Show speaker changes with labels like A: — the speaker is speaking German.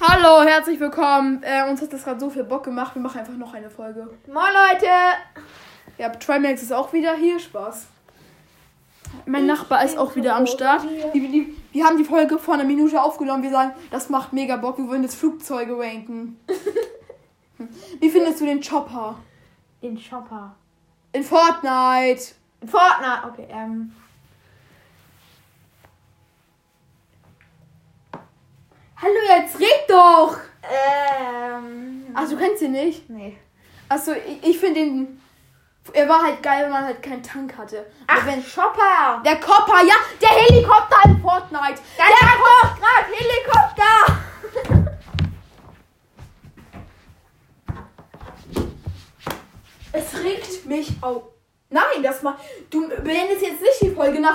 A: Hallo, herzlich willkommen. Äh, uns hat das gerade so viel Bock gemacht. Wir machen einfach noch eine Folge.
B: Moin Leute!
A: Ja, Trimax ist auch wieder hier. Spaß. Mein Nachbar ist auch wieder am Start. Die, die, wir haben die Folge vor einer Minute aufgenommen. Wir sagen, das macht mega Bock. Wir wollen jetzt Flugzeuge ranken. Hm. Wie findest du den Chopper?
B: Den Shopper.
A: In Fortnite.
B: Fortnite! Okay, ähm.
A: Hallo, jetzt red doch.
B: Ähm.
A: Ach, du kennst ihn nicht?
B: nee.
A: Achso, ich, ich finde ihn... Er war halt geil, wenn man halt keinen Tank hatte. Aber
B: Ach,
A: wenn,
B: Shopper!
A: Der Kopper, ja, der Helikopter in Fortnite.
B: Da der hoch grad Helikopter!
A: Es regt mich auf. Nein, das mal. Du beendest jetzt nicht die Folge nach